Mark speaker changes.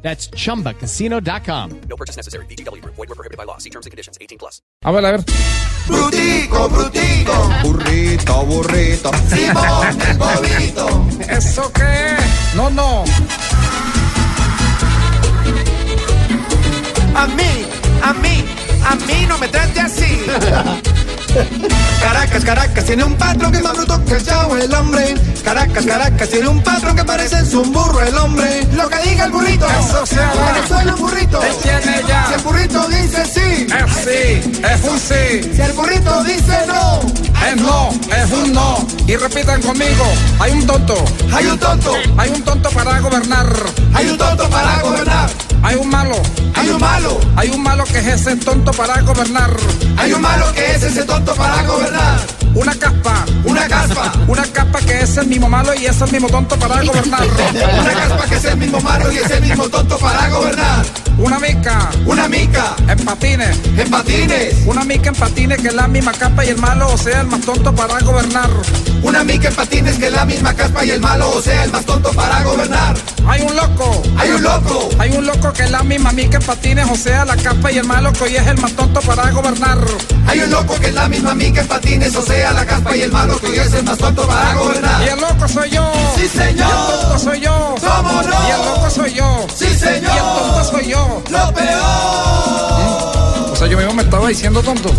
Speaker 1: That's chumbacasino.com.
Speaker 2: No purchase necessary. BGW. Void were prohibited by law. See terms and conditions. 18 plus.
Speaker 3: A ver, a ver.
Speaker 4: Brutico, brutico, burrito, burrito, Simón, el bolito.
Speaker 3: ¿Eso qué? No, no.
Speaker 5: A mí, a mí, a mí no me trate así.
Speaker 4: Caracas, Caracas tiene un patrón que es más bruto que el chavo el hombre. Caracas, Caracas tiene un patrón que parece es un burro el hombre. Lo que diga el burrito,
Speaker 3: Eso se habla.
Speaker 4: Con el suelo, un burrito.
Speaker 3: Él tiene ya.
Speaker 4: Si el burrito dice sí,
Speaker 3: Es sí, es un sí,
Speaker 4: si el burrito dice no,
Speaker 3: es no, es un no. Y repitan conmigo, hay un tonto,
Speaker 4: hay un tonto,
Speaker 3: hay un tonto para gobernar,
Speaker 4: hay un tonto para gobernar,
Speaker 3: hay un malo,
Speaker 4: hay un malo,
Speaker 3: hay un malo que es ese tonto para gobernar,
Speaker 4: hay un malo que es ese tonto para gobernar.
Speaker 3: una caspa,
Speaker 4: Una caspa.
Speaker 3: una caspa que es el mismo malo y es el mismo tonto para gobernar,
Speaker 4: Una caspa que es el mismo malo y es el mismo tonto para gobernar.
Speaker 3: una mica
Speaker 4: Una mica
Speaker 3: en patines,
Speaker 4: en patines.
Speaker 3: una mica en patines que es la misma caspa y el malo, o sea, el más tonto para gobernar,
Speaker 4: Una mica en patines que es la misma caspa y el malo, o sea, el más tonto para gobernar.
Speaker 3: hay un loco.
Speaker 4: Hay un loco.
Speaker 3: Hay un loco que es la misma mica en patines, o sea, la capa y el malo que hoy es el más tonto para gobernar.
Speaker 4: Hay un loco que es la misma mica en patines, o sea, la caspa y el malo, que hoy es el más tonto para
Speaker 3: Y
Speaker 4: gobernar.
Speaker 3: el loco soy yo.
Speaker 4: Sí, señor.
Speaker 3: Y el tonto soy yo.
Speaker 4: ¿Cómo no?
Speaker 3: Y el loco soy yo.
Speaker 4: Sí,
Speaker 3: Y el tonto
Speaker 4: señor.
Speaker 3: soy yo.
Speaker 4: Lo peor.
Speaker 3: O sea, yo mismo me estaba diciendo tonto.